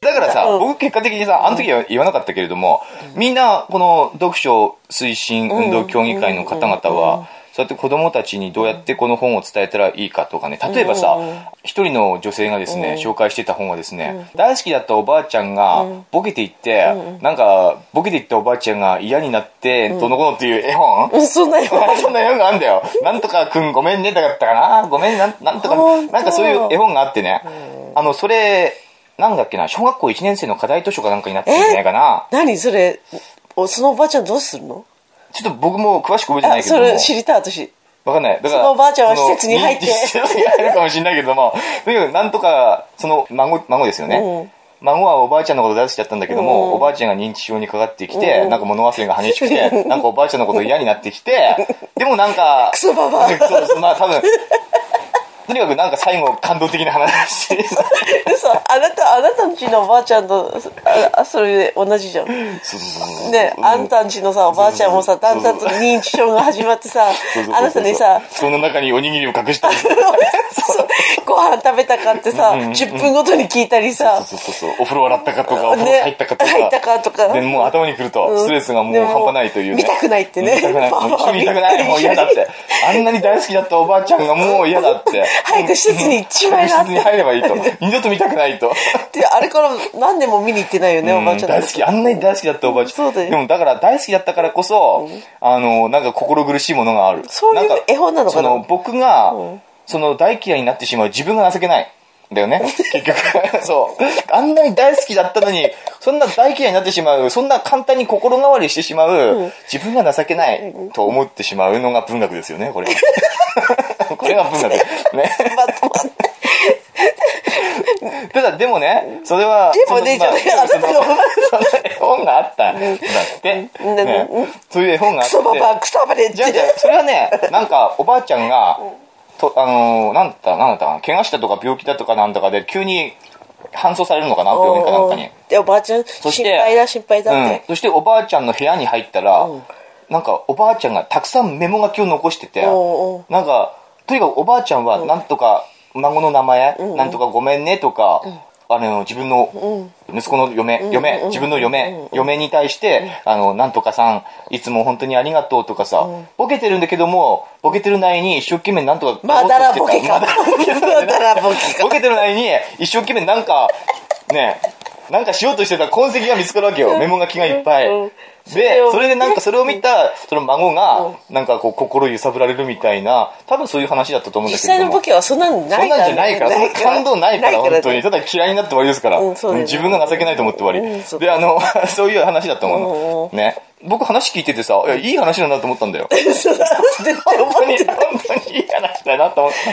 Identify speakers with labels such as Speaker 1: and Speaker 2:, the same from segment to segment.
Speaker 1: からさ、
Speaker 2: うん
Speaker 1: 僕結果的にさ、あの時は言わなかったけれども、みんな、この読書推進運動協議会の方々
Speaker 2: うん
Speaker 1: は、そうやって子供たちにどうやってこの本を伝えたらいいかとかね、例えばさ
Speaker 2: うん、
Speaker 1: 一人の女性がですね、
Speaker 2: うん
Speaker 1: 紹介してた本はですね、大好きだったおばあちゃんが
Speaker 2: うん
Speaker 1: ボケていって
Speaker 2: うん、
Speaker 1: なんか、ボケていったおばあちゃんが嫌になって、どのこのっていう絵本
Speaker 2: そんなよ。
Speaker 1: そんな絵本があんだよ。なんとかくんごめんねだったかな。ごめんなん、なんとか
Speaker 2: 本、当
Speaker 1: なんかそういう絵本があってね。あの、それ、なんだっけな、小学校1年生の課題図書かなんかになってるんじゃないかな。
Speaker 2: 何それ、おそのおばあちゃんどうするの
Speaker 1: ちょっと僕も詳しく覚えてない
Speaker 2: あ、
Speaker 1: けど
Speaker 2: そ
Speaker 1: も。
Speaker 2: れ知りたい、私。
Speaker 1: わかんない。だから。
Speaker 2: そのおばあちゃんは施設に入って
Speaker 1: その施設に入るかもしれないけども。とにかく、なんとか、その孫、孫ですよね。
Speaker 2: うん
Speaker 1: 孫はおばあちゃんのこと大好きだったんだけど
Speaker 2: う
Speaker 1: も、
Speaker 2: ん
Speaker 1: おばあちゃんが認知症にかかってきて、
Speaker 2: うん
Speaker 1: なんか物忘れが激しくて、なんかおばあちゃんのこと嫌になってきて、でもなんか、
Speaker 2: クソババア
Speaker 1: クソまあ多分、とにかくなんか最後感動的な話。
Speaker 2: 嘘あなた、あなたんちのおばあちゃんと、ああそれ同じじゃん。
Speaker 1: そうそうそうそう
Speaker 2: ね、あんたんちのさ、おばあちゃんもさ、だんだんと認知症が始まってさ
Speaker 1: そうそうそうそ、う
Speaker 2: あなたに さ、
Speaker 1: その中におにぎりを隠して
Speaker 2: そうご飯食べたかってさ、10分ごとに聞いたりさ、
Speaker 1: そうそうそうそうお風呂洗ったかとかお風呂入ったかとか,、
Speaker 2: 入ったかとか
Speaker 1: でもう頭にくると
Speaker 2: ん
Speaker 1: ストレスがもう
Speaker 2: でも
Speaker 1: 半端ないという、ね、
Speaker 2: 見たくないってね
Speaker 1: 見たくない
Speaker 2: パパ
Speaker 1: もう一緒にいたくないもう嫌だってあんなに大好きだったおばあちゃんがもう嫌だって
Speaker 2: 早く施設に行っちまいなっ
Speaker 1: 施設に
Speaker 2: て。
Speaker 1: 入ればいいと二度と見たくないと
Speaker 2: であれから何年も見に行ってないよね、おばあちゃんの
Speaker 1: 大好きあんなに大好きだったおばあちゃん、
Speaker 2: そうだよ
Speaker 1: でもだから大好きだったからこそ、あのなんか心苦しいものがある
Speaker 2: そういうん絵本なのかな
Speaker 1: その僕が、
Speaker 2: うん
Speaker 1: その大嫌いになってしまう自分が情けないんだよね結局 そうあんなに大好きだったのにそんな大嫌いになってしまうそんな簡単に心変わりしてしまう、自分が情けないと思ってしまうのが文学ですよねこれ これが文学ね
Speaker 2: まとまって
Speaker 1: ただでもねそれは
Speaker 2: でもね
Speaker 1: そのま
Speaker 2: じゃないあなたがおばあ
Speaker 1: その絵本があったんだって、
Speaker 2: うん
Speaker 1: ねそういう絵本があ
Speaker 2: ク
Speaker 1: って
Speaker 2: ソババアクソバレって
Speaker 1: じゃあじゃあそれはねなんかおばあちゃんがとあのーなんだったなんだったかな怪我したとか病気だとかなんだかで急に搬送されるのかな病院かなんかに
Speaker 2: でおばあちゃん心
Speaker 1: して
Speaker 2: 配だ心配だっ
Speaker 1: うん
Speaker 2: て、
Speaker 1: そしておばあちゃんの部屋に入ったら、
Speaker 2: うん
Speaker 1: なんかおばあちゃんがたくさんメモ書きを残してて、
Speaker 2: おうお
Speaker 1: なんかとにかくおばあちゃんはなんとか孫の名前、
Speaker 2: ん
Speaker 1: なんとかごめんねとか、あの自分の息子の嫁、嫁自分の嫁、嫁に対して、あのなんとかさんいつも本当にありがとうとかさ、ボケてるんだけどもボケてるなりに一生懸命なんとか
Speaker 2: まだらボケか
Speaker 1: まだらボケなんだよね
Speaker 2: まだらボケか
Speaker 1: ボケてる間に一生懸命なんかねなんかしようとしてた痕跡が見つかるわけよメモ書きがいっぱい
Speaker 2: うん
Speaker 1: で
Speaker 2: れを
Speaker 1: それでなんかそれを見たその孫がなんかこう心揺さぶられるみたいな多分そういう話だったと思うん
Speaker 2: 実
Speaker 1: だけれ
Speaker 2: 際
Speaker 1: ど
Speaker 2: のボ
Speaker 1: も
Speaker 2: ケはそんなの
Speaker 1: そ
Speaker 2: なんい
Speaker 1: なんじゃないからその感動ないから本当にただ嫌いになって終わりですから
Speaker 2: うんそうだよね
Speaker 1: 自分が情けないと思って終わ
Speaker 2: うんそ
Speaker 1: り
Speaker 2: う
Speaker 1: であの そういう話だった
Speaker 2: うん
Speaker 1: も
Speaker 2: うん
Speaker 1: ね僕話聞いててさいやいい話だなと思ったんだよ
Speaker 2: そうだ絶対思
Speaker 1: 本当に、
Speaker 2: って
Speaker 1: 本当にいい話だなと思った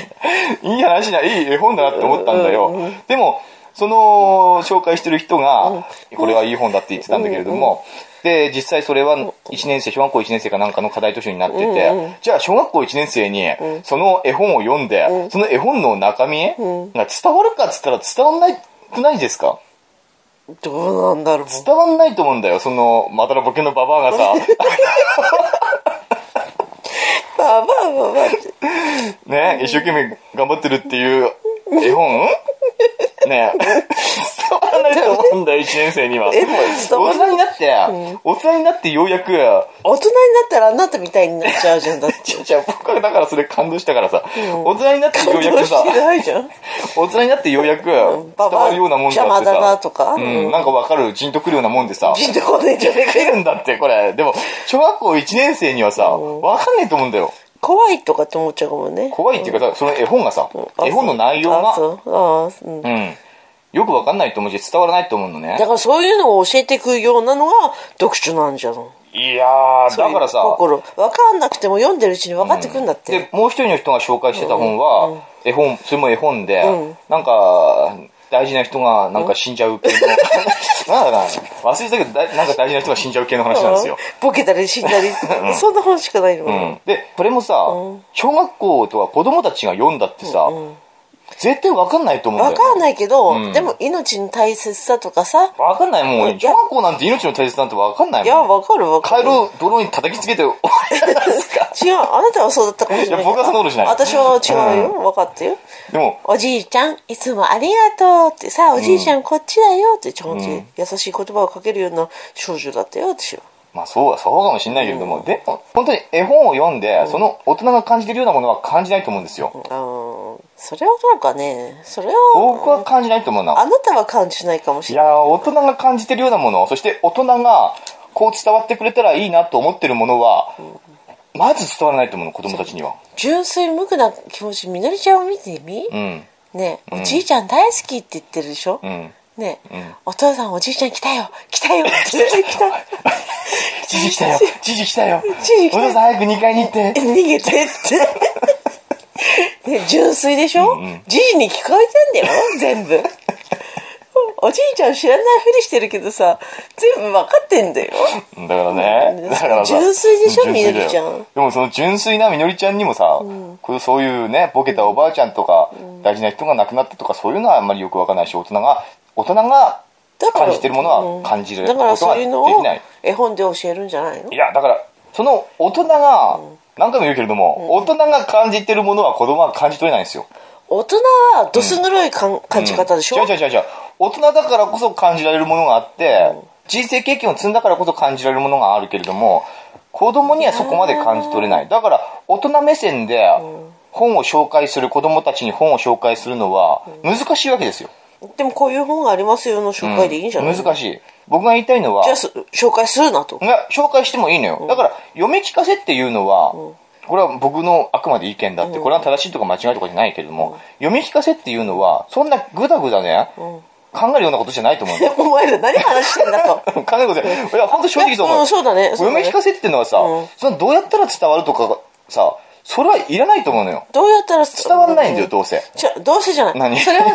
Speaker 1: んだ。いい話だ、いい絵本だなって思ったんだ
Speaker 2: うんうんう
Speaker 1: よ。でも、その、紹介してる人が、これはいい本だって言ってたんだけれども、で、実際それは1年生、小学校1年生かなんかの課題図書になって
Speaker 2: うんう
Speaker 1: て、じゃあ小学校1年生に、その絵本を読んで、その絵本の中身が伝わるかっつったら伝わんないくないですか
Speaker 2: どうなんだろう
Speaker 1: 伝わんないと思うんだよ、その、またのボケのババアがさ、
Speaker 2: まあまあまあまあ
Speaker 1: ね、一生懸命頑張ってるっていう絵 本ね伝わらないと思うんだよ、1年生には。
Speaker 2: 絵本伝わ
Speaker 1: 大
Speaker 2: らな
Speaker 1: 人
Speaker 2: い
Speaker 1: になって、大人になってようやく、
Speaker 2: 大人になったらあなたみたいになっちゃうじゃんだって
Speaker 1: ちゃちゃ僕はだからそれ感動したからさ、大人になってよ
Speaker 2: 感
Speaker 1: うやく
Speaker 2: 動
Speaker 1: さ
Speaker 2: し、てないじゃん
Speaker 1: 大人になってようやく伝
Speaker 2: ババア
Speaker 1: わるようなもんだって
Speaker 2: 邪魔だな
Speaker 1: さ、
Speaker 2: とか
Speaker 1: うん、なんかわかる、じんとくるようなもんでさ、
Speaker 2: ピンとこないんじゃねえか
Speaker 1: 出るんだって、これ。でも、小学校1年生にはさ、わかんないと思うんだよ。
Speaker 2: 怖いとかって思っちゃうかもね
Speaker 1: 怖いっていうか、その絵本がさ、絵本の内容
Speaker 2: あ
Speaker 1: が、
Speaker 2: そうあそううん
Speaker 1: うん。よくわかんないと思うし、伝わらないと思うのね
Speaker 2: だ。からそういうのを教えていくようなのが読書なんじゃん
Speaker 1: いやー、だからさ、
Speaker 2: 心分かんなくても読んでるうちに分かってくんだって、
Speaker 1: で、もう一人の人が紹介してた本は、絵本、それも絵本で、
Speaker 2: うん
Speaker 1: なんか、大事な人がなんか死んじゃう系の、 なんだかな、忘れたけど、だなんか大事な人が死んじゃう系の話なんですよ。
Speaker 2: ボケたり死んだり、そんな本しかないの、
Speaker 1: うん。で、これもさ、小学校とか子供たちが読んだってさ、絶対わかんないと思うんだよ
Speaker 2: わ
Speaker 1: ね。
Speaker 2: かんないけど、
Speaker 1: うん
Speaker 2: でも命の大切さとかさ、
Speaker 1: わかんないもん。
Speaker 2: い
Speaker 1: 小
Speaker 2: や
Speaker 1: 学校なんて命の大切さなんてわかんない
Speaker 2: いや、
Speaker 1: もん。
Speaker 2: わかるわか
Speaker 1: カエ
Speaker 2: る。
Speaker 1: ルを泥に叩きつけて終わりじゃないですか。
Speaker 2: 違う、あなたはそうだったかもしれな
Speaker 1: い
Speaker 2: い
Speaker 1: や僕はそんなことしない
Speaker 2: 私は違うよ、分かったよ。
Speaker 1: でも、
Speaker 2: おじいちゃん、いつもありがとうってさ、おじいちゃんこっちだよって、ちゃんと優しい言葉をかけるような少女だったよ、私は。
Speaker 1: まあそうはそうかもしれないけれども、でも、本当に絵本を読んで、その大人が感じてるようなものは感じないと思うんですよ。
Speaker 2: あーそれはどうかね。それは、
Speaker 1: 僕は感じないと思うな。
Speaker 2: あなたは感じないかもし
Speaker 1: い
Speaker 2: れない。
Speaker 1: やー、大人が感じてるようなもの、そして大人がこう伝わってくれたらいいなと思ってるものは、まず伝わらないと思うの、子供たちには。
Speaker 2: 純粋無垢な気持ち、みのりちゃんを見てみ、
Speaker 1: うん。
Speaker 2: ねえおじいちゃん大好きって言ってるでしょ、
Speaker 1: うん。
Speaker 2: ねえ、
Speaker 1: うん
Speaker 2: お父さんおじいちゃん来たよ来たよ 来た来た
Speaker 1: 知事来たよ知事来たよ
Speaker 2: 知事来た
Speaker 1: お父さん早く2階に行って。
Speaker 2: 逃げてって、ね、純粋でしょ、じいに聞こえてんだよ全部おじいちゃん知らないふりしてるけどさ全部分かってんだよ
Speaker 1: だからね。だからさ
Speaker 2: 純粋でしょ
Speaker 1: う純粋だよ
Speaker 2: みのりちゃん
Speaker 1: でもその純粋なみのりちゃんにもさ、こうそういうね、ボケたおばあちゃんとか、大事な人が亡くなったとか、そういうのはあんまりよくわからないし、大人が、大人が
Speaker 2: だから
Speaker 1: 感じてるものは感じる
Speaker 2: だ
Speaker 1: こ
Speaker 2: から
Speaker 1: と
Speaker 2: そ
Speaker 1: が
Speaker 2: う
Speaker 1: で
Speaker 2: いう
Speaker 1: き
Speaker 2: のを
Speaker 1: ない。
Speaker 2: 絵本で教えるんじゃないの
Speaker 1: いや、だから、その大人が、何回も言うけれども、大人が感じてるものは子供は感じ取れないんですよ。
Speaker 2: 大人はドス黒いかん、感じ方でしょ、
Speaker 1: うん違う違う違う違う大人だからこそ感じられるものがあって、人生経験を積んだからこそ感じられるものがあるけれども子供にはそこまで感じ取れないだから大人目線で本を紹介する子供たちに本を紹介するのは難しいわけですよ、
Speaker 2: でもこういう本がありますよの紹介でいいんじゃない、
Speaker 1: 難しい僕が言いたいのは
Speaker 2: じゃあす紹介するなと
Speaker 1: いや紹介してもいいのよ、だから読み聞かせっていうのは、これは僕のあくまで意見だって、これは正しいとか間違いとかじゃないけれども、読み聞かせっていうのはそんなぐだぐだね、考えるようなことじゃないと思うんだよ
Speaker 2: お前ら何話してんだと
Speaker 1: 考えることないいや本当正直そう思う、
Speaker 2: うんそうだねそうだ
Speaker 1: 読
Speaker 2: ね
Speaker 1: み聞かせっていうのはさ、
Speaker 2: うん
Speaker 1: そのどうやったら伝わるとかがさそれはいらないと思うのよ
Speaker 2: どうやったら
Speaker 1: 伝わんないんだよどうせ
Speaker 2: じゃどうせじゃない
Speaker 1: 何
Speaker 2: それは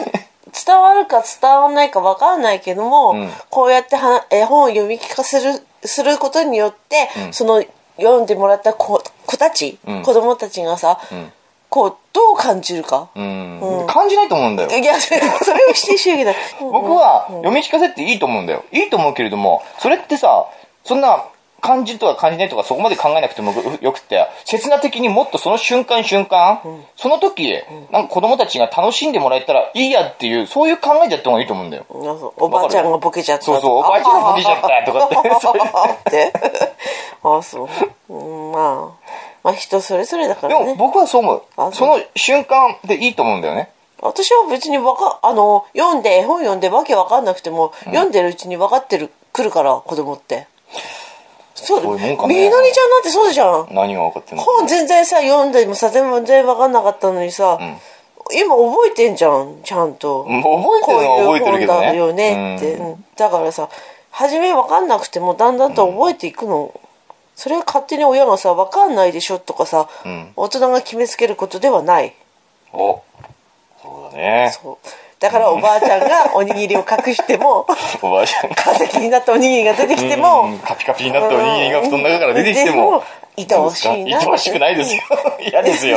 Speaker 2: 伝わるか伝わらないか分からないけども、
Speaker 1: ん
Speaker 2: こうやっては絵本を読み聞かせるすることによって、
Speaker 1: ん
Speaker 2: その読んでもらった子子たち、
Speaker 1: ん
Speaker 2: 子供たちがさ、
Speaker 1: ん
Speaker 2: こうどう感じるか、
Speaker 1: うん、感じないと思うんだよ
Speaker 2: いやそれそれを否定してるけど
Speaker 1: 僕は読み聞かせっていいと思うんだよいいと思うけれどもそれってさそんな感じるとか感じないとかそこまで考えなくてもよくって刹那的にもっとその瞬間瞬間、その時なんか子供たちが楽しんでもらえたらいいやっていうそういう考えでやった方がいいと思うんだよ
Speaker 2: なんかおばあちゃんがボケちゃったと
Speaker 1: そう
Speaker 2: か
Speaker 1: そうおばあちゃんがボケちゃったとか ってそういう
Speaker 2: ってああそう、うん、まあまあ人それぞれだか
Speaker 1: で
Speaker 2: ら
Speaker 1: も
Speaker 2: ね
Speaker 1: 僕はそう思
Speaker 2: あ
Speaker 1: うその瞬間でいいと思うんだよね
Speaker 2: 私は別にわかあの読んで絵本読んでわけわかんなくても、読んでるうちに分かってるくるから子供ってそう
Speaker 1: そういうもんかね
Speaker 2: みのりちゃんなんてそうじゃん
Speaker 1: 何が分かってんの
Speaker 2: 本全然さ読んでもさ全然わかんなかったのにさ、今覚えてんじゃんちゃんと、
Speaker 1: もう覚えてるのは覚えてるけどね
Speaker 2: こういう本だよねって、
Speaker 1: うん
Speaker 2: うんだからさ初め分かんなくてもだんだんと覚えていくの、それは勝手に親がさ分かんないでしょとかさ、
Speaker 1: ん
Speaker 2: 大人が決めつけることではない
Speaker 1: おそうだね
Speaker 2: そうだからおばあちゃんがおにぎりを隠し ても
Speaker 1: おばあちゃんが
Speaker 2: 化石になったおにぎりが出てきても、
Speaker 1: うんカピカピになったお人間が布団の中から出てきても
Speaker 2: うんでも愛おしいな
Speaker 1: 愛おしくないですよ 嫌です よ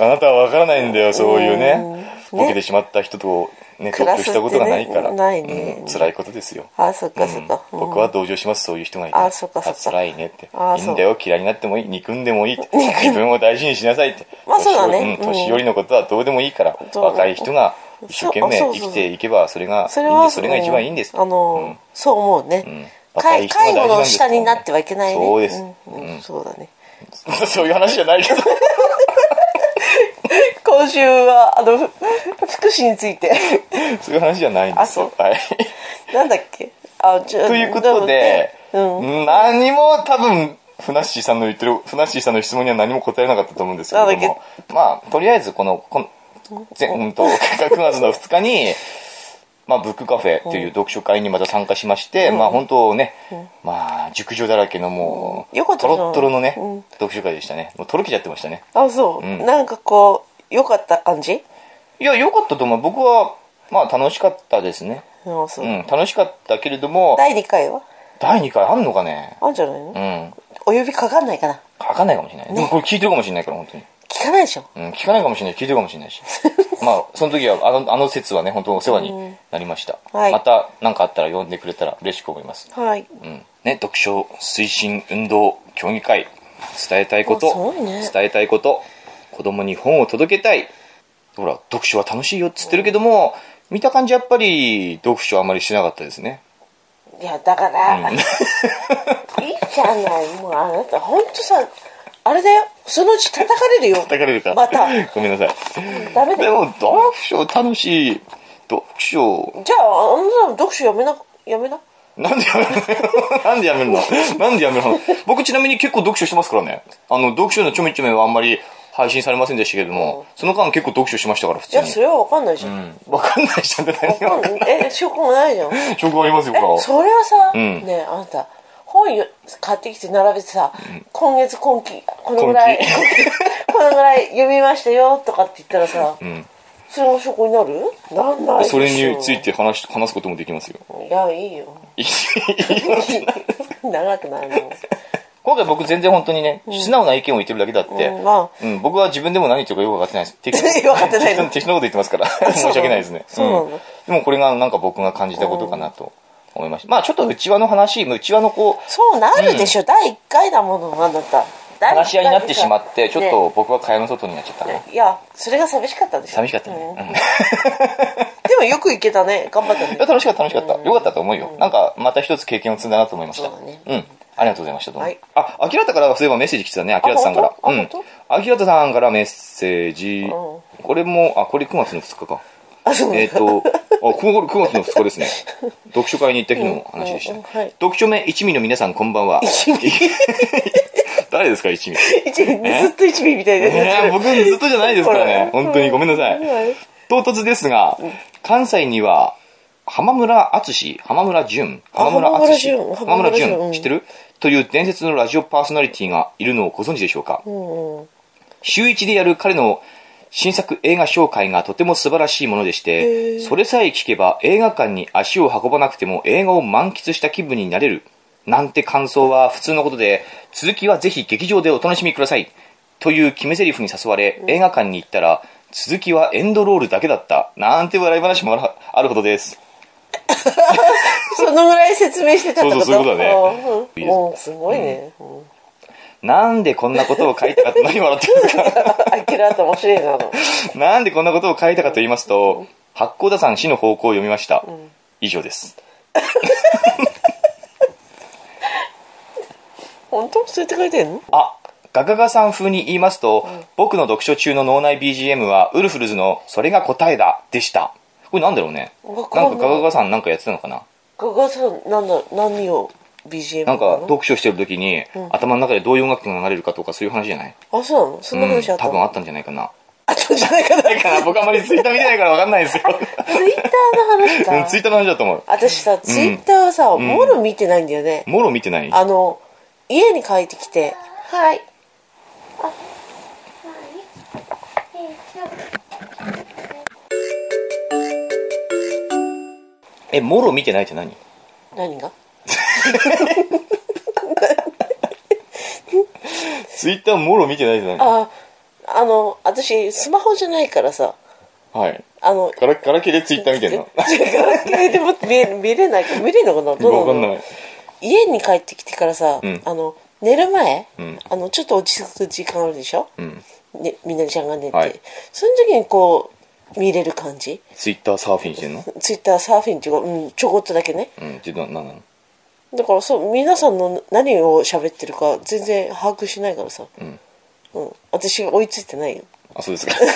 Speaker 1: あなたは分からないんだよそういうね
Speaker 2: うん
Speaker 1: ボケてしまった人とね同
Speaker 2: 暮ら
Speaker 1: 居
Speaker 2: すって
Speaker 1: し
Speaker 2: ね
Speaker 1: たことがないから
Speaker 2: ないね
Speaker 1: うん辛いことですよ
Speaker 2: あそっかそっか、
Speaker 1: う
Speaker 2: うんん
Speaker 1: 僕は同情しますそういう人がいて
Speaker 2: あそっかそっか
Speaker 1: 辛いねって
Speaker 2: あ
Speaker 1: い
Speaker 2: そ
Speaker 1: いういんだよ嫌いになってもいい憎んでもいいって自分を大事にしなさいって
Speaker 2: まあそうだね
Speaker 1: 年寄りうん年
Speaker 2: うん
Speaker 1: 寄りのことはどうでもいいから
Speaker 2: そう
Speaker 1: 若い人が一生懸命
Speaker 2: そう
Speaker 1: 生
Speaker 2: そうそう
Speaker 1: きていけばそれがい
Speaker 2: それ
Speaker 1: いんで
Speaker 2: は
Speaker 1: すそれが一番いいんです
Speaker 2: あの、
Speaker 1: うん
Speaker 2: そう思うね、
Speaker 1: うん
Speaker 2: 介
Speaker 1: 若い
Speaker 2: 介
Speaker 1: 人が大事なんです
Speaker 2: 護の下になってはいけないね
Speaker 1: そうです
Speaker 2: うんうんそうだね
Speaker 1: そういう話じゃない けど
Speaker 2: 今週はあの ふ福祉について
Speaker 1: そういう話じゃないんですよ
Speaker 2: あ
Speaker 1: はい
Speaker 2: なんだっけあ ちょ
Speaker 1: ということで
Speaker 2: うん
Speaker 1: 何も多分ふなっしーさんの言ってるふなっしーさんの質問には何も答えなかったと思うんですけれど
Speaker 2: なん
Speaker 1: もまあとりあえずこのこのぜうんと9月の2日 にまあ、ブックカフェという読書会にまた参加しまして、まあ本当ね、まあ熟女だらけのもう、
Speaker 2: よかった
Speaker 1: ト
Speaker 2: な
Speaker 1: ロットロのね、
Speaker 2: うん
Speaker 1: 読書会でしたねもうとろけちゃってましたね
Speaker 2: あそ
Speaker 1: う
Speaker 2: う、
Speaker 1: ん
Speaker 2: なんかこう良かった感じ
Speaker 1: いや良かったと思う僕はまあ楽しかったですね
Speaker 2: あそう、
Speaker 1: うん楽しかったけれども
Speaker 2: 第2回は
Speaker 1: 第2回あんのかね
Speaker 2: あんじゃないの、
Speaker 1: うん
Speaker 2: お呼びかかんないかな
Speaker 1: 書かないかもしれない、でもこれ聞いてるかもしれないから本当に
Speaker 2: 聞かないでしょ
Speaker 1: うん、聞かないかもしれない聞いてるかもしれないしまあ、その時は、あの、あの説はね、本当お世話になりました。
Speaker 2: はい
Speaker 1: また、何かあったら呼んでくれたら嬉しく思います。
Speaker 2: はい。
Speaker 1: うん。ね、読書推進運動協議会。伝えたいこ
Speaker 2: あすご
Speaker 1: と、
Speaker 2: いね
Speaker 1: 伝えたいこと、子供に本を届けたい。ほら、読書は楽しいよっつってるけども、見た感じやっぱり、読書あまりしてなかったですね。
Speaker 2: いや、だか ら、いいじゃない。もうあなた、ほんとさ、あれだよ。そのうち叩かれるよ。
Speaker 1: 叩かれるか。
Speaker 2: また。
Speaker 1: ごめんなさい。
Speaker 2: ダメだ
Speaker 1: で
Speaker 2: よ。
Speaker 1: も、読書楽しい。読書、
Speaker 2: じゃあ、あのさん読書やめな、やめな。
Speaker 1: なんでやめるの なんでやめるのなんでやめるの僕ちなみに結構読書してますからね。あの、読書のちょめちょめはあんまり配信されませんでしたけれども、その間結構読書しましたから、普
Speaker 2: い
Speaker 1: 通
Speaker 2: や、
Speaker 1: に
Speaker 2: そ。れはわかんないじゃん。
Speaker 1: うん。わかんないじゃんって何が
Speaker 2: わかんないえ、証拠もないじゃん。え、
Speaker 1: 証拠ありますよ、これは
Speaker 2: それはさ、
Speaker 1: ん
Speaker 2: ねえあなた、本よ買ってきて並べてさ、今月今期、このぐらい、
Speaker 1: 今
Speaker 2: このぐらい読みましたよとかって言ったらさ、
Speaker 1: ん
Speaker 2: それも証拠になるなんないでしょ
Speaker 1: それについ。て話し、話すこともできますよ。
Speaker 2: いや、いいよ。 長くな いの。
Speaker 1: 今回僕全然本当にね、素直な意見を言ってるだけだって、
Speaker 2: うんま
Speaker 1: うん僕は自分でも何言ってるかよく分かってないです。 適
Speaker 2: 分かってないの
Speaker 1: 適当なこと言ってます から、申し訳ないですね。
Speaker 2: そうなの
Speaker 1: んでもこれがなんか僕が感じたことかなと思いました。まあちょっと内輪の話、内輪のこう、
Speaker 2: そうなるでしょ、第1回だもの、あなた。
Speaker 1: 話し合いになってしまって、ちょっ
Speaker 2: ね
Speaker 1: と僕は蚊帳の外になっちゃったね。
Speaker 2: いや、それが寂しかったでしょ。
Speaker 1: 寂しかったね。
Speaker 2: うん
Speaker 1: うん
Speaker 2: でもよく行けたね。頑張ったね
Speaker 1: い や。楽しかった楽しかった。よかったと思うよ。なんか、また一つ経験を積んだなと思いました。
Speaker 2: そうだね
Speaker 1: ん。ありがとうございました。どうも
Speaker 2: はい
Speaker 1: あ、アキラタからそういえばメッセージ来てたね、アキラタさんから。
Speaker 2: あ
Speaker 1: う
Speaker 2: 本
Speaker 1: ん
Speaker 2: 当あ。
Speaker 1: アキラタさんからメッセージ。これも、あ、これ9月の2日か。
Speaker 2: あ、そう
Speaker 1: えっ、と、あ、これ9月の2日ですね。 読書会に行った日の話でした。
Speaker 2: うんうんはい
Speaker 1: 読書名一味の皆さんこんばんは。 誰ですか、 一味。
Speaker 2: 一味ずっと一味みたいで。
Speaker 1: えー、僕ずっとじゃないですからね。
Speaker 2: ほら
Speaker 1: 本当にごめんなさい。
Speaker 2: はい
Speaker 1: 唐突ですが、関西には、浜村淳、浜村淳、
Speaker 2: あ
Speaker 1: 浜村淳、
Speaker 2: 浜村淳
Speaker 1: 浜村
Speaker 2: 浜村淳うん
Speaker 1: 淳、知ってるという伝説のラジオパーソナリティがいるのをご存知でしょうか
Speaker 2: うんうん
Speaker 1: 週一でやる彼の新作映画紹介がとても素晴らしいものでし
Speaker 2: へ
Speaker 1: て、
Speaker 2: ー
Speaker 1: それさえ聞けば映画館に足を運ばなくても映画を満喫した気分になれる。なんて感想は普通のことで、続きはぜひ劇場でお楽しみください。という決め台詞に誘われ、映画館に行ったら、続きはエンドロールだけだった。なんて笑い話もあらあるほどです。
Speaker 2: そのぐらい説明してたってこと
Speaker 1: そうそうそういうことだね
Speaker 2: うんもうすごいね。うん
Speaker 1: なんでこんなことを書いたかと何笑って るんですか
Speaker 2: あきらと面白いなの。
Speaker 1: なんでこんなことを書いたかと言いますと、八甲田山死の方向を読みました。以上です。
Speaker 2: 本当そうやって書いてんの
Speaker 1: あガガガさん風に言いますと、僕の読書中の脳内 BGM はウルフルズの「それが答えだ」でしたこれなんだろうね
Speaker 2: わか
Speaker 1: なんん
Speaker 2: ない
Speaker 1: かガガガさんなんかやってたのかな
Speaker 2: ガガさん、なんだ、何を BGM
Speaker 1: なん
Speaker 2: な
Speaker 1: か
Speaker 2: の
Speaker 1: 読書してる時に、頭の中でどういう音楽が流れるかとかそういう話じゃない、
Speaker 2: あ、そうなのそんな
Speaker 1: うん、
Speaker 2: 話あった
Speaker 1: 多
Speaker 2: の
Speaker 1: 分あったんじゃないかな
Speaker 2: あったんじゃないか な。ツイッ
Speaker 1: かな僕あまりツイッター見てないからわかんないです よ
Speaker 2: ターの話
Speaker 1: うん
Speaker 2: か
Speaker 1: ツイ。ッターの話だと思う
Speaker 2: 私さ、ツイッターはさ、もろ見てないんだよね。
Speaker 1: もろ見てない
Speaker 2: あの、家に帰ってきて、はい。
Speaker 1: えもろ見てないって何
Speaker 2: 何が
Speaker 1: ツイッターもろ見てないって何
Speaker 2: あ、あの、私、スマホじゃないからさ、
Speaker 1: はい
Speaker 2: あの、
Speaker 1: ガラガラケーでツイッター見てんの
Speaker 2: ガラケーでも見え 見れないか見れるのかなどう
Speaker 1: わか
Speaker 2: の
Speaker 1: んない
Speaker 2: 家に帰ってきてからさ、
Speaker 1: ん
Speaker 2: あの寝る前、
Speaker 1: ん
Speaker 2: あのちょっと落ち着く時間あるでしょ、
Speaker 1: うん
Speaker 2: ね、みなりちゃんが寝て、
Speaker 1: はい
Speaker 2: その時にこう見れる感じ
Speaker 1: ツイッターサーフィンしてんの
Speaker 2: ツイッターサーフィンっていうか、うん、ちょこっとだけね
Speaker 1: うんって何なの
Speaker 2: だからそう皆さんの何を喋ってるか全然把握しないからさ、うん私追いついてないよ
Speaker 1: あ、そうですか
Speaker 2: うい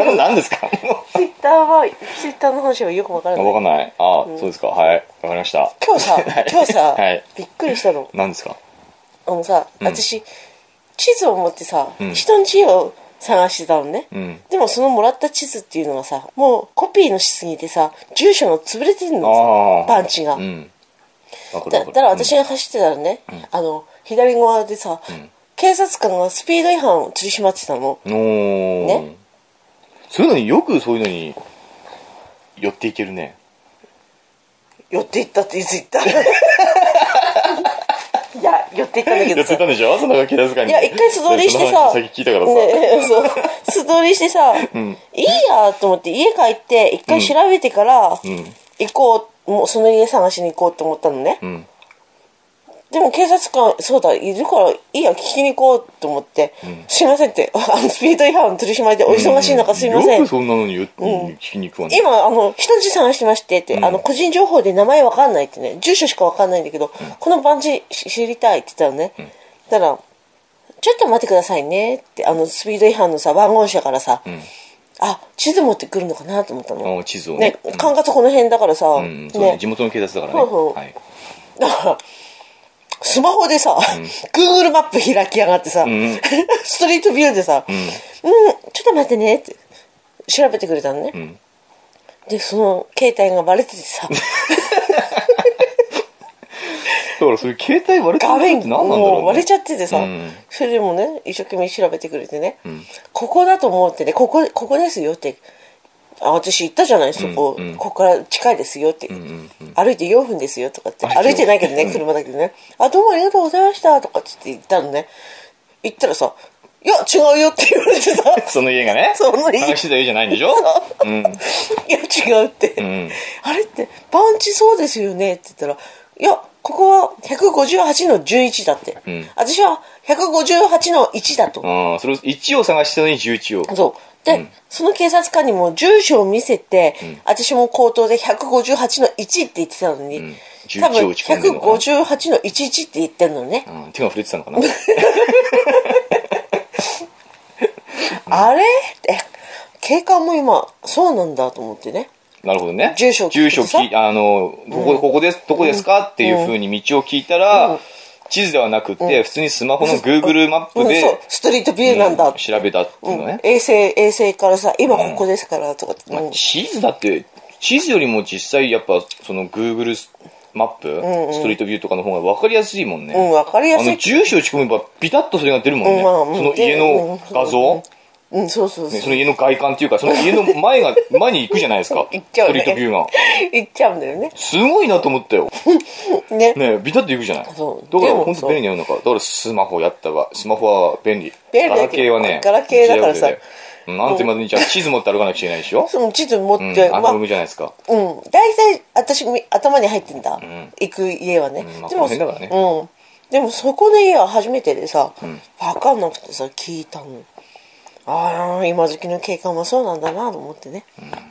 Speaker 2: うこ。と
Speaker 1: 何ですか
Speaker 2: ツイッターはツイッターの話はよくわからない
Speaker 1: わかんない。あ、そうですか。はい。わかりました。
Speaker 2: 今日さ
Speaker 1: はい
Speaker 2: 今日さ、
Speaker 1: はい
Speaker 2: びっくりしたの
Speaker 1: 何ですか
Speaker 2: あのさ、
Speaker 1: ん
Speaker 2: 私地図を持ってさ、
Speaker 1: ん
Speaker 2: 人の地を探してたのね、
Speaker 1: うん
Speaker 2: でもそのもらった地図っていうのがさもうコピーのしすぎてさ住所が潰れてる
Speaker 1: あ
Speaker 2: の
Speaker 1: ー
Speaker 2: さパンチが、
Speaker 1: うん。わかる
Speaker 2: だ
Speaker 1: わか
Speaker 2: だ
Speaker 1: る。
Speaker 2: から私が走ってたらね、あの左側でさ、警察官がスピード違反を取り締まってたの
Speaker 1: うん。おー
Speaker 2: ね
Speaker 1: そういうのによくそういうのに寄っていけるね。
Speaker 2: 寄っていったっていつ行ったいや、寄っていったんだけ
Speaker 1: や
Speaker 2: ど
Speaker 1: っ
Speaker 2: さ
Speaker 1: て。たんでしょその気なずかに。
Speaker 2: いや、一回素通りし
Speaker 1: そ
Speaker 2: て
Speaker 1: の
Speaker 2: さ。
Speaker 1: 話先聞いたからさ。
Speaker 2: ね、そう。素通りしてさ、いいやと思って家帰って、一回調べてから、行こう、もうその家探しに行こうと思ったのね。
Speaker 1: ん
Speaker 2: でも警察官、そうだ、いるから、いいや、聞きに行こうと思って、すいませんって、 あの、スピード違反の取り締まりでお忙しい中すいませ
Speaker 1: よ
Speaker 2: ん。
Speaker 1: くそんなのに言う聞きに行くわね。
Speaker 2: 今、あの、人質探してましてって、あの、個人情報で名前わかんないってね、住所しかわかんないんだけど、この番地し知りたいって言ったのね。たら、ちょっと待ってくださいねって、あの、スピード違反のさ、番号車からさ、あ、地図持ってくるのかなと思ったの。
Speaker 1: あ地図をね
Speaker 2: ね。、管轄この辺だからさ、
Speaker 1: うんうんそうね
Speaker 2: ね
Speaker 1: 地元の警察だから
Speaker 2: そう
Speaker 1: ね。
Speaker 2: そう
Speaker 1: はい
Speaker 2: だから、スマホでさ、Google マップ開きやがってさ、ストリートビューでさ、うん、ちょっと待ってねって、調べてくれたのね。で、その携帯がバレててさ、
Speaker 1: だからそれ携帯割れてる
Speaker 2: 画
Speaker 1: って
Speaker 2: 面
Speaker 1: 何なんだろう
Speaker 2: もう
Speaker 1: ね
Speaker 2: 割れちゃっててさ、
Speaker 1: うん
Speaker 2: それでもね、一生懸命調べてくれてね、ここだと思ってね、ここ、ここですよって、あ、私行ったじゃない、そこ、
Speaker 1: うんうん
Speaker 2: ここから近いですよって、歩いて4分ですよとかって、
Speaker 1: あ
Speaker 2: 歩いてないけど ね、
Speaker 1: うん
Speaker 2: 車だけどね、あ、どうもありがとうございましたとかって言ったのね、行ったらさ、いや、違うよって言われてさ、
Speaker 1: その家がね。
Speaker 2: その家
Speaker 1: 話してた家じゃないんでしょうん。
Speaker 2: いや、違うって、
Speaker 1: ん
Speaker 2: あれって、番地そうですよねって言ったら、いや、ここは158の11だって、
Speaker 1: ん
Speaker 2: 私は158の1だと。
Speaker 1: あーそれを1を探してたのに11を。
Speaker 2: そう。で、
Speaker 1: ん
Speaker 2: その警察官にも住所を見せて、私も口頭で158の1って言ってたのに、
Speaker 1: ん
Speaker 2: 多分
Speaker 1: 11を打ち込んでんのかな
Speaker 2: 158の11って言ってんのね。
Speaker 1: うん手が触れてたのかな
Speaker 2: あれって、警官も今、そうなんだと思ってね。
Speaker 1: なるほどね。
Speaker 2: 住所を聞
Speaker 1: 住
Speaker 2: い
Speaker 1: 所
Speaker 2: てさ
Speaker 1: 聞いあの、ここ、ここです、どこですかっていう風に道を聞いたら、地図ではなくて、普通にスマホの Google マッ
Speaker 2: う
Speaker 1: プ
Speaker 2: ん、
Speaker 1: で、
Speaker 2: そう、ストリートビューなんだ
Speaker 1: うん
Speaker 2: って。
Speaker 1: 調べたっていうのね。
Speaker 2: 衛星、衛星からさ、今ここですからとかって、
Speaker 1: まあ
Speaker 2: うん
Speaker 1: 地図だって地図よりも実際やっぱその Google マップ、ストリートビューとかの方が分かりやすいもんね、
Speaker 2: うん分かりやすい
Speaker 1: あの住所打ち込めばピタッとそれが出るもんね、
Speaker 2: うんまあうん
Speaker 1: その家の画像、
Speaker 2: うんうん、そうそうそう。
Speaker 1: ねその家の外観っていうかその家の前 が前に行くじゃないですか
Speaker 2: 行っちゃうね
Speaker 1: ストリートビューが
Speaker 2: 行っちゃうんだよね。
Speaker 1: すごいなと思ったよ、
Speaker 2: ね。
Speaker 1: ね、ビタッと行くじゃないだから
Speaker 2: そう
Speaker 1: 本
Speaker 2: でもそ
Speaker 1: 当
Speaker 2: う
Speaker 1: 便利な世の中だからスマホやったわスマホは便利
Speaker 2: 便利だ
Speaker 1: ガラ
Speaker 2: けど
Speaker 1: ケーはね
Speaker 2: ガラケーだから
Speaker 1: 時
Speaker 2: さ
Speaker 1: 代遅れでうんなんてまでにじゃあ地図持って歩かなくちゃいけないでしょ、
Speaker 2: その地図持っ
Speaker 1: うん、
Speaker 2: て、
Speaker 1: ア
Speaker 2: まあ
Speaker 1: ナログじゃないですか
Speaker 2: うん、大体私み頭に入ってんだ、行く家は
Speaker 1: う
Speaker 2: ね、
Speaker 1: んまあ
Speaker 2: で
Speaker 1: この
Speaker 2: も
Speaker 1: 辺だからね
Speaker 2: うん、でもそこの家は初めてでさ、分かんなくてさ聞いたのああ今時の景観もそうなんだなと思ってね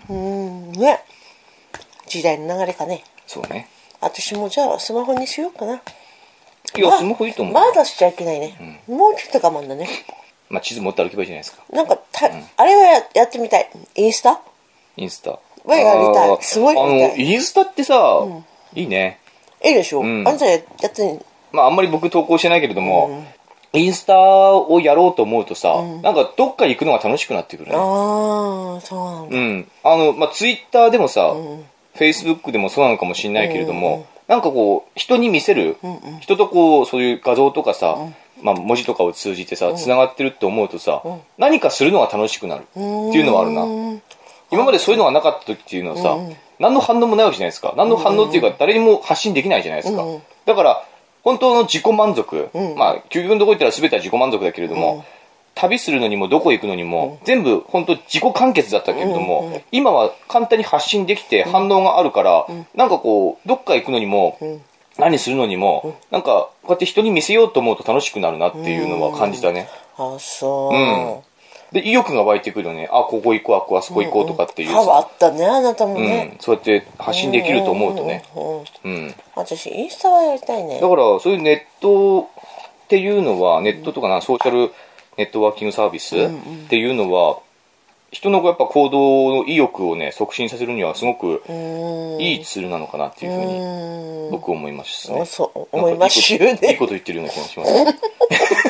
Speaker 2: うんね時代の流れかね
Speaker 1: そうね
Speaker 2: 私もじゃあスマホにしようかない
Speaker 1: や、
Speaker 2: まあ
Speaker 1: スマホいいと思う。ま
Speaker 2: まだしちゃいけないね、もうちょっと我慢だね
Speaker 1: あ、地図持って歩けばいいじゃないですか。
Speaker 2: なんかた、あれはややってみたいインスタ
Speaker 1: インスタ。
Speaker 2: わやりたい
Speaker 1: あー
Speaker 2: すごいやりた
Speaker 1: あ
Speaker 2: い
Speaker 1: の、インスタってさ、いいね。
Speaker 2: いいでしょ、
Speaker 1: ん
Speaker 2: あんたややってん
Speaker 1: まあ、あんまり僕投稿してないけれども、インスタをやろうと思うとさ、なんかどっか行くのが楽しくなってくるね。
Speaker 2: ああそうなんだ、
Speaker 1: うん。あの、まあ、ツイッターでもさ、フェイスブックでもそうなのかもしれないけれども、なんかこう、人に見せる、人とこう、そういう画像とかさ、まあ、文字とかを通じてさ、繋がってるって思うとさ、何かするのが楽しくなるっていうのはあるな。今までそういうのがなかった時っていうのはさ、何の反応もないわけじゃないですか何の反応っていうか誰にも発信できないじゃないですか、だから本当の自己満足、まあ究極のとこ行ったら全ては自己満足だけれども、旅するのにもどこ行くのにも、全部本当自己完結だったけれども、今は簡単に発信できて反応があるから、なんかこうどっか行くのにも、何するのにも、なんかこうやって人に見せようと思うと楽しくなるなっていうのは感じたね、
Speaker 2: あそう、
Speaker 1: うんで意欲が湧いてくるよねあここ行こうあここあそこ行こうとかっていうさ
Speaker 2: パワーあったねあなたも
Speaker 1: うん
Speaker 2: ね、、
Speaker 1: そうやって発信できると思うとね、
Speaker 2: うんうん
Speaker 1: うん、だ
Speaker 2: 私インスタはやりたいね
Speaker 1: からそういうネットっていうのはネットとかな、ソーシャルネットワーキングサービスっていうのは人のやっぱ行動の意欲をね促進させるにはすごく
Speaker 2: うん
Speaker 1: いいツールなのかなっていうふうに
Speaker 2: うん
Speaker 1: 僕思いました
Speaker 2: あ
Speaker 1: ね、
Speaker 2: そう思いましゅね
Speaker 1: なんかいいこといいこと言ってるような気がし ます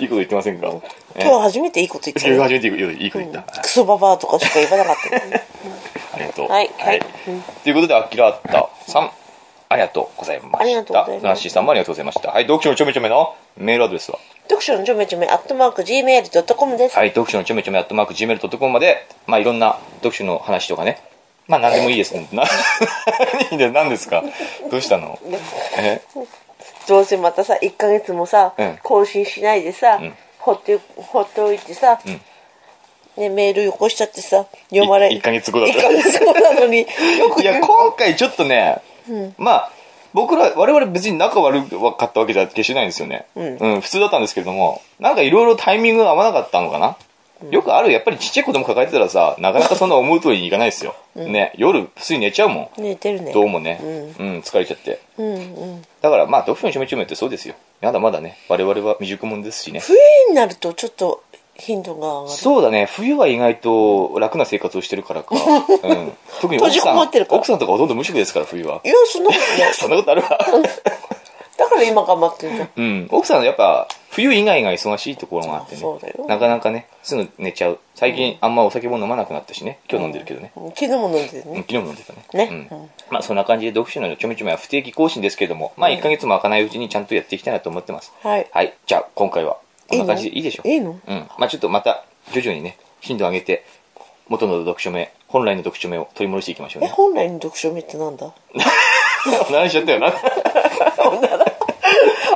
Speaker 1: いいこと言ってませんかえ
Speaker 2: 今日初めていいこと言っ
Speaker 1: いや
Speaker 2: たね
Speaker 1: 初めていいこといいこと言った、
Speaker 2: クソババアとかしか言わなかったね
Speaker 1: ありがとう。
Speaker 2: はいはい
Speaker 1: ということで、アキラッタさん、ありがとうございました。
Speaker 2: ありがとうございます
Speaker 1: ナンシーさんもありがとうございました。はい、読書のちょめちょめのメールアドレスは、
Speaker 2: 読書のちょめちょめアットマーク Gmail.com です、
Speaker 1: はい、読書のちょめちょめ、アットマーク、gmail.com まで、まあ、いろんな読書の話とかね、まあ、なん でもいいですね。な、何で何ですかどうしたのえ
Speaker 2: どうせまたさ1ヶ月もさ、
Speaker 1: うん
Speaker 2: 更新しないでさ、
Speaker 1: ん
Speaker 2: 放って放っておいてさ、ね、メールよこしたってさ読まれ
Speaker 1: い一ヶ月後だった
Speaker 2: 1ヶ月後なのによく
Speaker 1: いや、今回ちょっとね、まあ、僕ら、我々別に仲悪かったわけじゃ決してないんですよね。
Speaker 2: うん
Speaker 1: 普通だったんですけれども、なんかいろいろタイミングが合わなかったのかな。よくある、やっぱりちっちゃい子供抱えてたらさ、なかなかそんな思う通りにいかないですよ。ね、夜、普通に寝ちゃうもん。
Speaker 2: 寝てるね
Speaker 1: どうもね、うん、疲れちゃって。
Speaker 2: うんうん
Speaker 1: だからまあ、読書にしもちもってそうですよ。まだまだね、我々は未熟者ですしね。
Speaker 2: 冬になるとちょっと頻度が上がる
Speaker 1: そうだね、冬は意外と楽な生活をしてるからか。 うん、特に
Speaker 2: 閉
Speaker 1: 奥
Speaker 2: じ
Speaker 1: さ
Speaker 2: こ
Speaker 1: ん、
Speaker 2: もってるから
Speaker 1: 奥さんとかほとんど無職ですから、冬は。
Speaker 2: いやそんなことな い
Speaker 1: そんなことあるわ。
Speaker 2: だから今頑張ってるじゃん
Speaker 1: うん、奥さんはやっぱ冬以外が忙しいところがあってね
Speaker 2: そうだよ
Speaker 1: なかなかねすぐ寝ちゃう最近あんまお酒も飲まなくなったしね今日飲んでるけどね、
Speaker 2: 昨日も飲んでる
Speaker 1: うん
Speaker 2: ね
Speaker 1: 昨日も飲んでたね
Speaker 2: ね
Speaker 1: うん
Speaker 2: うん
Speaker 1: まあそんな感じで読書のちょめちょめは不定期更新ですけれどもまあ1ヶ月も開かないうちにちゃんとやっていきたいなと思ってます
Speaker 2: はい
Speaker 1: はい、じゃあ今回はこんな感じで
Speaker 2: いいの
Speaker 1: いいでしょ
Speaker 2: いいの
Speaker 1: うんまあちょっとまた徐々にね頻度を上げて元の読書目本来の読書目を取り戻していきましょう
Speaker 2: え
Speaker 1: ね
Speaker 2: 本来の読書目ってなんだ
Speaker 1: 何しちゃっ たよな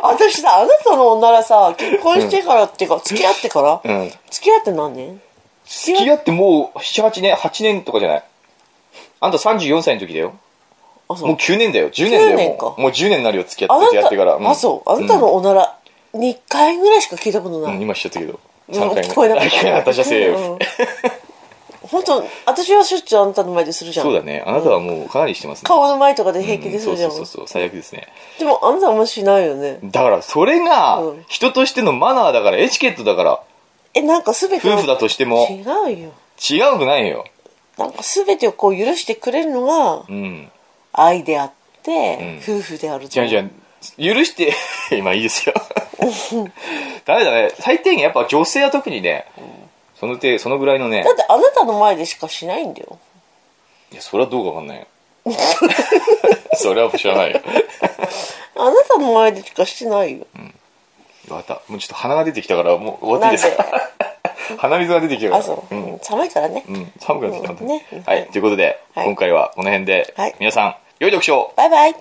Speaker 2: 私さあなたのおならさ結婚してからっていうか付き合ってから、
Speaker 1: うん
Speaker 2: 付き合って何年
Speaker 1: 付き合ってもう78年8年とかじゃないあんた34歳の時だよ
Speaker 2: あそう
Speaker 1: もう9年だよ10年だよも
Speaker 2: 9年
Speaker 1: う
Speaker 2: か
Speaker 1: もう10年になるよ付き合
Speaker 2: あ
Speaker 1: って付
Speaker 2: な
Speaker 1: き合ってから
Speaker 2: た、
Speaker 1: ん
Speaker 2: あそうあなたのおなら2回ぐらいしか聞いたこと
Speaker 1: う
Speaker 2: ない、
Speaker 1: ん今しちゃったけど
Speaker 2: うん
Speaker 1: 3回目
Speaker 2: 聞こえなかった
Speaker 1: あ聞 こえなかったじゃあセーフ
Speaker 2: うん本当私はしょっちゅうあなたの前でするじゃん
Speaker 1: そうだねあなたはもうかなりしてますね
Speaker 2: 顔の前とかで平気
Speaker 1: う
Speaker 2: で
Speaker 1: ん
Speaker 2: す
Speaker 1: そ
Speaker 2: る
Speaker 1: う
Speaker 2: じ
Speaker 1: そ
Speaker 2: ゃ、
Speaker 1: うんそうそう最悪ですね
Speaker 2: でもあなたあんましないよね
Speaker 1: だからそれが
Speaker 2: うん
Speaker 1: 人としてのマナーだからエチケットだから
Speaker 2: えなんか全てを
Speaker 1: 夫婦だとしても
Speaker 2: 違うよ
Speaker 1: 違うくないよ
Speaker 2: なんか全てをこう許してくれるのが
Speaker 1: うん
Speaker 2: 愛であって、夫婦である
Speaker 1: 違
Speaker 2: と
Speaker 1: う違う許して 今いいですよ ダメだね最低限やっぱ女性は特にねその手そのぐらいのね
Speaker 2: だってあなたの前でしかしないんだよ
Speaker 1: いや、それはどうかわかんない よ。それは知らないよ。
Speaker 2: あなたの前でしかしてないよ、
Speaker 1: わかった。もうちょっと鼻が出てきたから、もう終わっていいですか 鼻水が出てきたから。
Speaker 2: あそう、
Speaker 1: ん。
Speaker 2: 寒いからね、
Speaker 1: うん。寒くなってきた
Speaker 2: うんね
Speaker 1: はい。ということで、
Speaker 2: はい
Speaker 1: 今回はこの辺で、
Speaker 2: はい
Speaker 1: 皆さん、良い読書を
Speaker 2: バイバイ